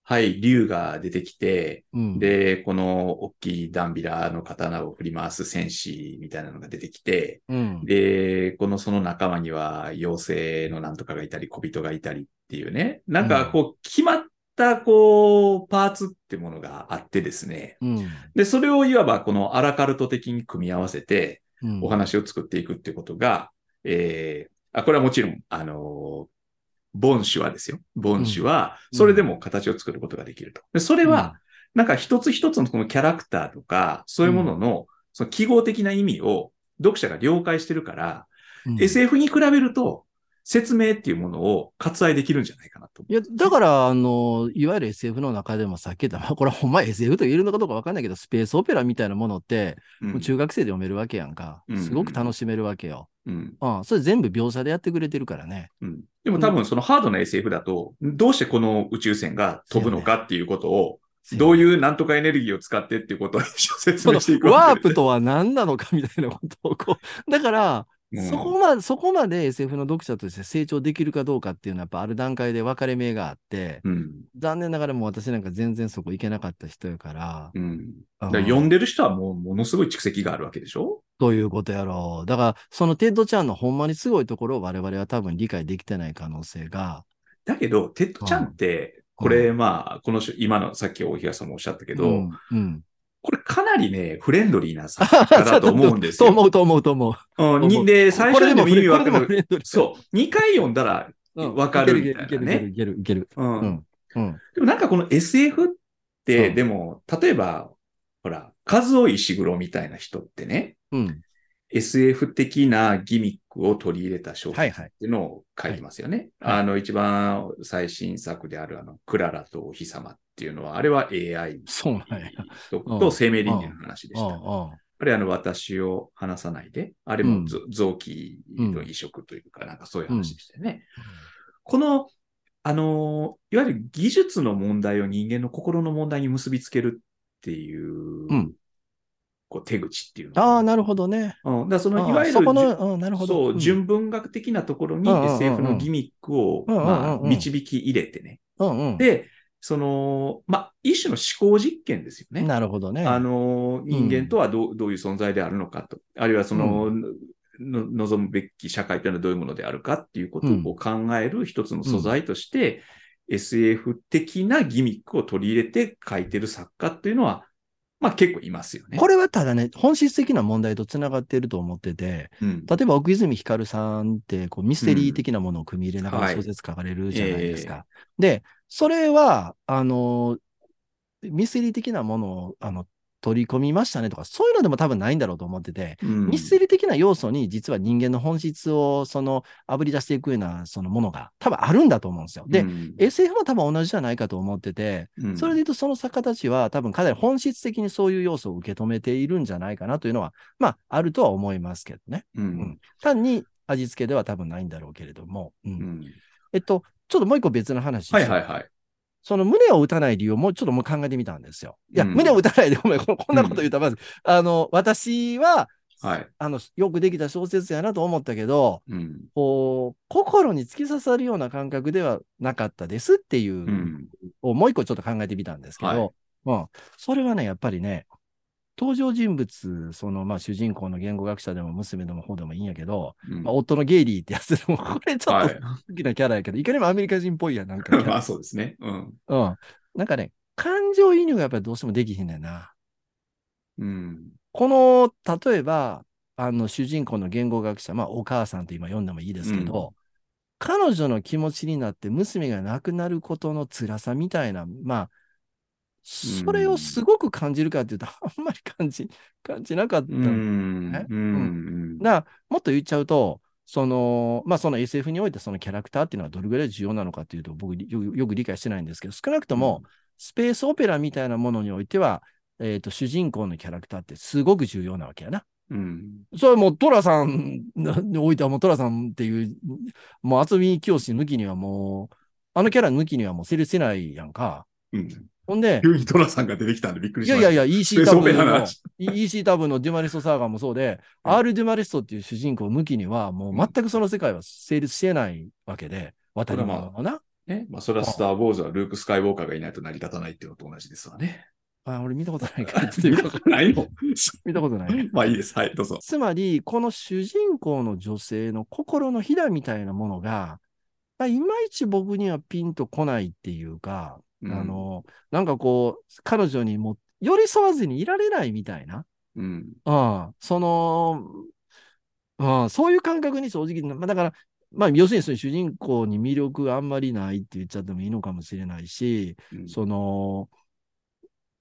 はい、竜が出てきて、うん、で、この大きいダンビラの刀を振り回す戦士みたいなのが出てきて、うん、で、このその仲間には妖精のなんとかがいたり、小人がいたりっていうね、なんかこう、決まったこう、パーツってものがあってですね、うん、で、それをいわばこのアラカルト的に組み合わせて、うん、お話を作っていくってことが、えーあこれはもちろん、あのー、ボン氏はですよ。ボン氏は、うんそれでも形を作ることができると。でそれは、なんか一つ一つのこのキャラクターとか、そういうものの、その記号的な意味を読者が了解してるから、うん、 SF に比べると、説明っていうものを割愛できるんじゃないかなと。いや、だから、あの、いわゆる SF の中でもさっき言った、まあ、これはほんま SF と言えるのかどうかわかんないけど、スペースオペラみたいなものって、うんもう中学生で読めるわけやんかう。んすごく楽しめるわけよ。うんうん、それ全部描写でやってくれてるからね。うんでも多分そのハードな SF だと、どうしてこの宇宙船が飛ぶのかっていうことを、どうういうなんとかエネルギーを使ってっていうことを一応説そ明していくのワーけプとは何なのかみたいなことをこう。だから、でそこまで、そこまで SF の読者として成長できるかどうかっていうのはやっぱある段階で分かれ目があって、うん。残念ながらもう私なんか全然そこ行けなかった人やから、うん。だうんから読んでる人はもうものすごい蓄積があるわけでしょということやろう。だから、そのテッドちゃんのほんまにすごいところを我々は多分理解できてない可能性が、だけど、テッドちゃんって、これ、まあ、このし、今のさっき大東さんもおっしゃったけけど、うん。うんこれかなりね、フレンドリー な作家だと思うんですと思よ。うと思うと思う。うん、思うにで、最初にでも意味わかこれでもこる。れでもフレンドリーそう、2回読んだら、うんわかるみたいなねいけるいけるいけるいけるいける。うん。うんうん。でもなんかこの SF って、うんでも、例えば、ほら、数尾石黒みたいな人ってね、うん。 SF 的なギミックを取り入れた小説はいっはい。ていうのを書いてますよね。はいはいあの、一番最新作である、あの、クララとお日様っていうのは、あれは AI そうなんや。とうんと生命倫理の話でうしんた。あれ、あの、私を話さないで、あれうんもぞ、臓器の移植というか、なんかそういう話でしたよね。この、あのー、いわゆる技術の問題を人間の心の問題に結びつけるっていう、うんこう手口っていうああ、のなるほどね。あ、うん、だからその、いわゆる、そこの、うん、なるほど。そう、ん純文学的なところにうんうんうんうん SF のギミックを、うんうんうんまあ、導き入れてね。うんうん。で、その、まあ、一種の思考実験ですよね。なるほどね。あの、人間とはどう,、どういう存在であるのかと、あるいはその、の望むべき社会というのはどういうものであるかっていうことうんを考える一つの素材として、SF 的なギミックを取り入れて書いてる作家っていうのは、まあ結構いますよね。これはただね、本質的な問題とつながっていると思ってて、うん例えば奥泉光さんってこうミステリー的なものを組み入れながうんらはい小説書かれるじゃないですか。で、それは、あの、ミステリー的なものをあの取り込みましたねとか、そういうのでも多分ないんだろうと思ってて、うんミステリー的な要素に実は人間の本質をそのあぶり出していくようなそのものが多分あるんだと思うんですよ。で、うん SF も多分同じじゃないかと思ってて、うんそれで言うと、その作家たちは多分かなり本質的にそういう要素を受け止めているんじゃないかなというのは、まあ、あるとは思いますけどね。ううんん、単に味付けでは多分ないんだろうけれども。うんうんえっと、ちょっともう一個別の話。はいはいはい。その胸を打たない理由をもうちょっともう考えてみたんですよ。いや、うん胸を打たないで、ごめん、ここんなこと言うたらまず、あの、私は、はい。あの、よくできた小説やなと思ったけど、うん。。こう、心に突き刺さるような感覚ではなかったですっていううんをもう一個ちょっと考えてみたんですけど、はいうん、それはね、やっぱりね、登場人物、その、まあ、主人公の言語学者でも娘の方でもいいんやけど、うんまあ、夫のゲイリーってやつでも、 これちょっはとい。好きなキャラやけど、い、かにもアメリカ人っぽいやん、なんかキャ まラあそうですね。うん。うん。なんかね、感情移入がやっぱりどうしてもできひんねんな。うん。この、例えば、あの、主人公の言語学者、まあ、お母さんと今読んでもいいですけど、彼女の気持ちになって娘が亡くなることの辛さみたいな、まあ、それをすごく感じるかっていうと、あんまり感じ、感じなかった。うん。うん。な、もっと言っちゃうと、その、まあ、その SF においてそのキャラクターっていうのはどれぐらい重要なのかっていうと、僕よよく理解してないんですけど、少なくとも、スペースオペラみたいなものにおいては、えっ、と、主人公のキャラクターってすごく重要なわけやな。うん。それはもうトラさんにおいてはもうトラさんっていう、もう厚み清抜きにはもう、あのキャラ抜きにはもう成立せないやんか。うん。ほんで、急にトラさんが出てきたんでびっくりいしまやした。いやいや、ス EC ペータスオブペラのの、話 EC タブのデュマリストサーガーもそうで、うん R デュマリストっていう主人公向きには、もう全くその世界は成立してないわけで、渡り物もな。ね、まあ、それはスター・ウォーズはルーク・スカイウォーカーがいないと成り立たないっていうのと同じですわね。 あ、俺見たことないから、ちょっとよくわかんないないの 見たことない。まあいいです。はい、どうぞ。つまり、この主人公の女性の心のひだみたいなものが、まあ、いまいち僕にはピンとこないっていうか、うんあ、の、なんかこう、彼女にも寄り添わずにいられないみたいな、うん。うん、その、うん、そういう感覚に正直な、まあ、だから、まあ、要するにその主人公に魅力があんまりないって言っちゃってもいいのかもしれないし、うんその、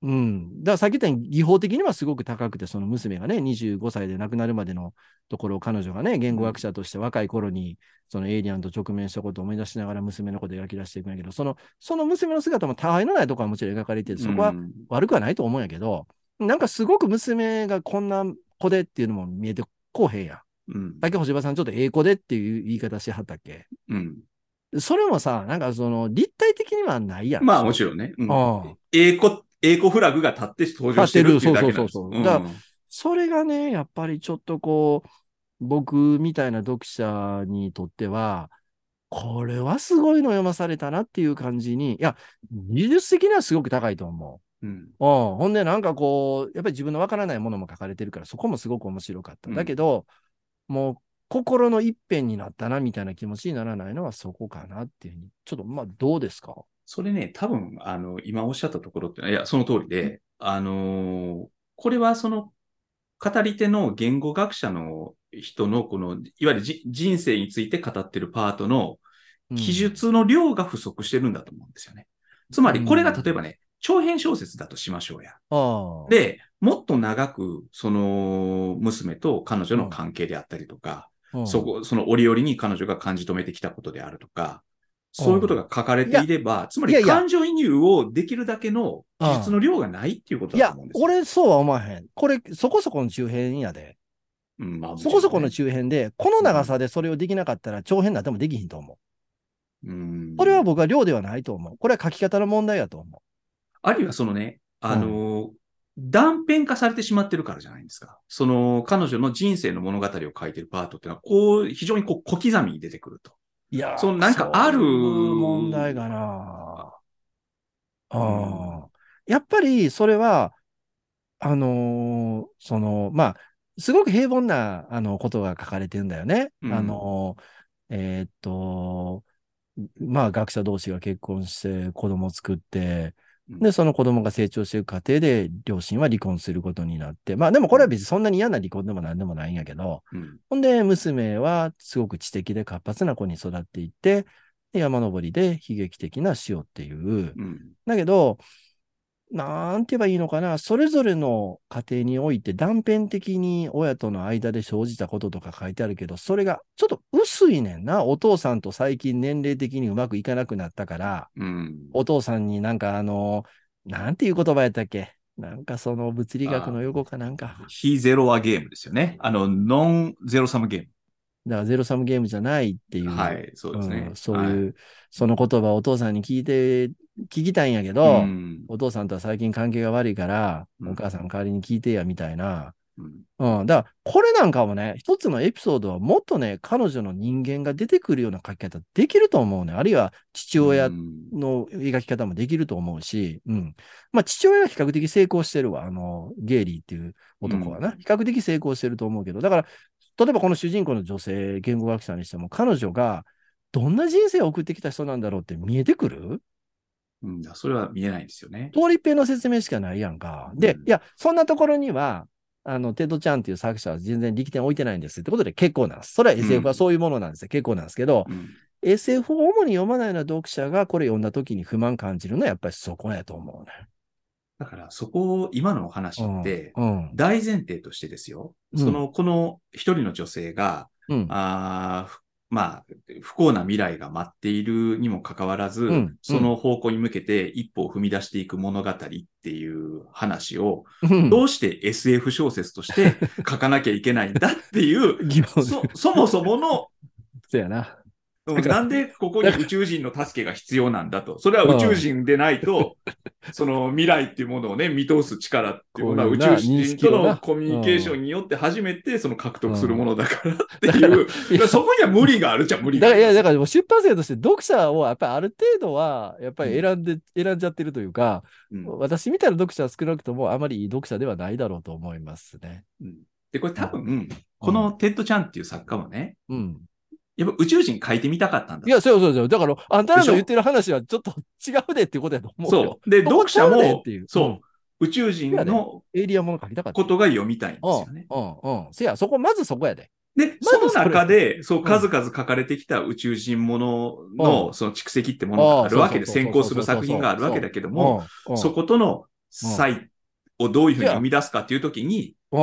うん。だからさっき言ったように技法的にはすごく高くて、その娘がね、25歳で亡くなるまでのところを彼女がね、言語学者として若い頃に、そのエイリアンと直面したことを思い出しながら娘のことを描き出していくんやけど、その、その娘の姿も他愛のないところはもちろん描かれてて、そこはうん悪くはないと思うんやけど、なんかすごく娘がこんな子でっていうのも見えてこうへんやん。うんさっき星葉さんちょっとええ子でっていう言い方してはったっけうんそれもさ、なんかその立体的にはないやん。まあもちろんね。うんうん英語、英語フラグが立って登場してるっていうだけなんです。立ってるそうそうそうそうんだからそれがね、やっぱりちょっとこう、僕みたいな読者にとっては、これはすごいの読まされたなっていう感じに、いや、技術的にはすごく高いと思うんう。うん。ほんで、なんかこう、やっぱり自分のわからないものも書かれてるから、そこもすごく面白かった。うんだけど、もう、心の一辺になったな、みたいな気持ちにならないのはそこかなっていうふうに。ちょっと、まあ、どうですかそれね、多分、あの、今おっしゃったところっていうのは、いや、その通りで、あのーこれはその、語り手の言語学者の人の、この、いわゆるじ人生について語ってるパートの記述の量が不足してるんだと思うんですよね。つまり、これが例えばね、長編小説だとしましょうや。ああ。、で、もっと長く、その、娘と彼女の関係であったりとか、そこ、その折々に彼女が感じ止めてきたことであるとか、そういうことが書かれていれば、つまいやりいや感情移入をできるだけのああ技術の量がないっていうこといだとや思うん、ですよ。俺そうは思わへん。これ、そこそこの中編やで。うんまあもちそろんねこそこの中編で、この長さでそれをできなかったら長編なんてもできひんと思うんう。これは僕は量ではないと思う。これは書き方の問題やと思あるいはそのね、あのー断片化されてしまってるからじゃないですか。その、彼女の人生の物語を書いてるパートっていうのは、こう、非常にこう小刻みに出てくると。う。いやそのなんかあるそういう問題がなあうんあ。やっぱり、それは、あのーその、まあ、すごく平凡な、あの、ことが書かれてんだよね。うんあのーえーっと、まあ、学者同士が結婚して子供を作って、うんで、その子供が成長していく過程で、両親は離婚することになって、まあ、でもこれは別にそんなに嫌な離婚でもなんでもないんやけど、うん。ほんで、娘はすごく知的で活発な子に育っていって、で山登りで悲劇的な死をっていう。うん。だけど、なんて言えばいいのかな、それぞれの家庭において断片的に親との間で生じたこととか書いてあるけど、それがちょっと薄いねんな。お父さんと最近年齢的にうまくいかなくなったから、うん。お父さんになんかあの、なんていう言葉やったっけなんかその物理学の横かなんか。非ゼロはゲームですよね。あの、ノンゼロサムゲーだからゼロサムゲームじゃないっていう。ム。はい、そうですね。うんそういう、はその言葉をお父さんに聞いて、聞きたいんやけいど、うんお父さんとは最近関係が悪いから、うんお母さん代わりに聞いてや、みたいな。うんうん。だから、これなんかもね、一つのエピソードはもっとね、彼女の人間が出てくるような書き方できると思うね。あるいは、父親うんの描き方もできると思うし、うん。まあ、父親は比較的成功してるわ。あの、ゲイリーっていう男はな。うん比較的成功してると思うけど、だから、例えばこの主人公の女性、言語学者にしても、彼女がどんな人生を送ってきた人なんだろうって見えてくるうん、だそれは見えないんですよね。通りっぺの説明しかないやんか。で、うんいや、そんなところには、あの、テッドちゃんっていう作者は全然力点置いてないんですってことで結構なんです。それは SF はそういうものなんですよ。結構なんですけど、うん、 SF を主に読まないような読者がこれ読んだ時に不満感じるのはやっぱりそこやと思うね。だから、そこを、今のお話って、うん。大前提としてですよ。うんその、この一人の女性が、うん。あーふまあ、不幸な未来が待っているにもかかわらず、うんその方向に向けて一歩を踏み出していく物語っていう話を、うんどうして SF 小説として書かなきゃいけないんだって いう、疑問そそもそものそうやな。うんからなんでここに宇宙人の助けが必要なんだ と。それは宇宙人でないと、 その未来っていうものをね、見通す力っていうものはこうい宇うな宙人と認識をなのコミュニケーションによって初めてその獲得するものだからってだいかうら、、だからそこには無理があるじゃ無理だがあから、る。いや、だからもう出版社として読者をやっぱりある程度は、やっぱり選んで、選んじゃってるというか、うん私みたいな読者は少なくともあまりいい読者ではないだろうと思いますね。で、これ多分、このテッドちゃんっていう作家もね、うん。やっぱ宇宙人書いてみたかったんだい。や、そうそうそう。だから、あんたらでしのょ言ってる話はちょっと違うでっていうことやと思うよ。そう。で、そ読こ者ちゃうねもっていう、そう、宇宙人そうやのエイリアンもの書きたかった。ことが読みたいんですよね。うん、うん、うん。せや、そこ、まずそこやで。で、まずそのそれ中で、そう、ん数々書かれてきた宇宙人ものの、その蓄積ってものがあるわけで、ああそうそう先行する作品があるわけだけども、うん、うんそことの際をどういうふうに生み出すかっていうときに、う。、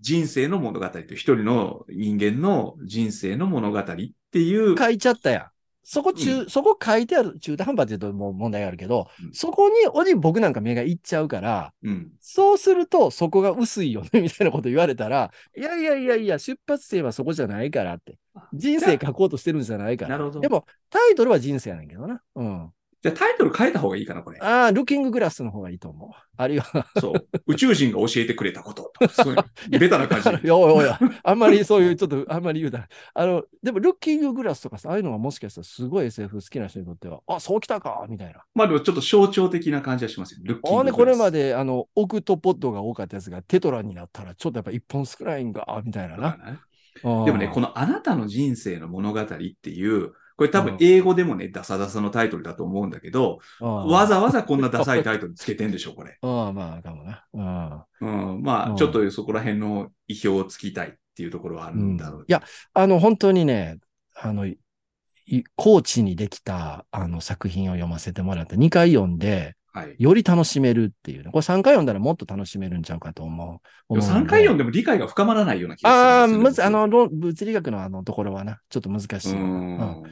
人生の物語と一人の人間の人生の物語っていうん書いちゃったやん。そこ中、うそこ書いてある、中途半端って言うともう問題があるけど、うんそこに、おじ僕なんか目がいっちゃうから、うん、そうすると、そこが薄いよね、み たいなこと言われたら、いやいやいやいや、出発点はそこじゃないからって。人生書こうとしてるんじゃないかなら。るほど。でも、タイトルは人生やねんけどな。うん。じゃあタイトル変えた方がいいかな、 これ。ああ、ルッキンググラスの方がいいと思う。あるいは、そう。宇宙人が教えてくれたことと か。そういうベタな感じいや おいおいおい、あんまりそういう、ちょっと、あんまり言うな。あの、でも、ルッキンググラスとかさ、ああいうのがもしかしたらすごい SF 好きな人にとっては、あ、そうきたか、みたいな。まあでもちょっと象徴的な感じはしますよ。ルッキンあグあグね、ラスこれまで、あの、オクトポッドが多かったやつがテトラになったら、ちょっとやっぱ一本少ないんか、みたいなとかな。ねでもでもね、このあなたの人生の物語っていう、これ多分英語でもね、ダサダサのタイトルだと思うんだけど、わざわざこんなダサいタイトルつけてんでしょ、これ。ああ、まあ、かもな。うんうん、まうあ、んちょっとそこら辺の意表をつきたいっていうところはあるんだろう。いや、あの、本当にね、あの、い高知にできた、あの、作品を読ませてもらって、2回読んで、はい。より楽しめるっていうね。これ3回読んだらもっと楽しめるんちゃうかと思う。思う3回読んでも理解が深まらないような気あがあ、するんむですず、よ。あ、の、論物理学のあのところはな、ちょっと難しい。うん。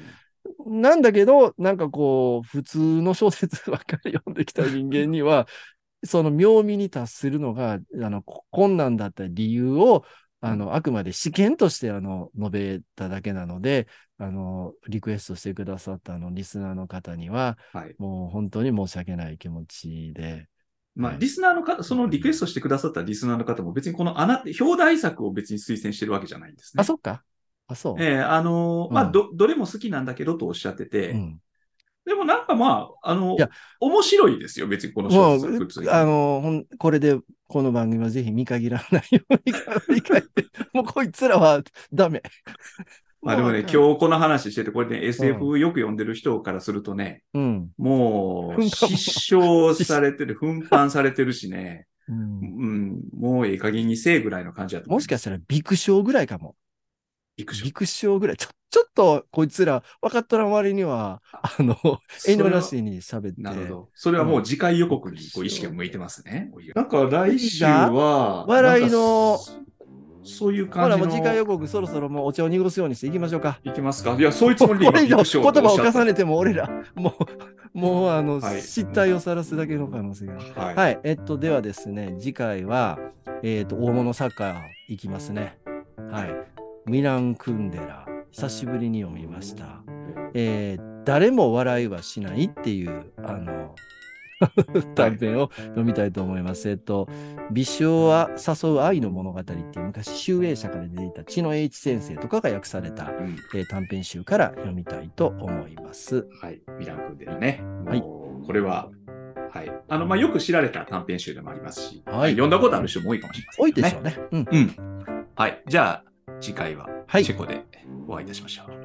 なんだけど、なんかこう、普通の小説ば っかり読んできた人間には、その妙味に達するのが、あの、こ困難だった理由を、あの、あくまで試験として、あの、述べただけなので、あの、リクエストしてくださった、あの、リスナーの方には、はい。もう本当に申し訳ない気持ちで、まあ、はいリスナーの方、そのリクエストしてくださったリスナーの方も別にこの穴、表題作を別に推薦してるわけじゃないんですね。あ、そっか。あ、そう。ええあのーまあ、うんど、どれも好きなんだけどとおっしゃってて、うん、でもなんかまあ、あのいや、面白いですよ、別にこのも小う説は普通に。、あの、ほんこれで、この番組はぜひ見限らないように理解して、もうこいつらはダメ。まあでもね、日、今日この話してて、これね、SF よく読んでる人からするとね、うん。もう、奮発失笑されてる、奮発されてるしね、ううんん、もういい加減にせえぐらいの感じだと思う。もしかしたら、ビクショーぐらいかも。びっくりしビクショーぐらい。ちょ、ちょっと、こいつら、分かったら割には、あの、た遠慮なしに喋って。なるほど。それはもう次回予告にこう意識が向いてますね。なんか来週は、笑いのなんかそ、そういうほ感ら、じもうの。次回予告、そろそろもうお茶を濁すようにしていきましょうか。いきますかいや、そういうつもこりで今れ以上ビッグショー言とおっ葉をしゃった重ねても俺ら、もう、もうあの、はい失態を晒すだけの可能性が。はい。はい、えっと、ではですね、次回は、えっと、大物作家いきますね。はい。ミラン・クンデラ、久しぶりに読みました。えー誰も笑いはしないっていう、あの、 短編を読みたいと思います。えっと、美少は誘う愛の物語っていう昔、集英社から出ていた知野栄一先生とかが訳された、うんえー短編集から読みたいと思います。はい。ミランクンデラね。はいもうこれは、はい。あの、まあ、よく知られた短編集でもありますし、はい読んだことある人も多いかもしれません、多いでしょうね。うん。ね。うん。はい。じゃあ、次回は、はいチェコでお会いいたしましょう。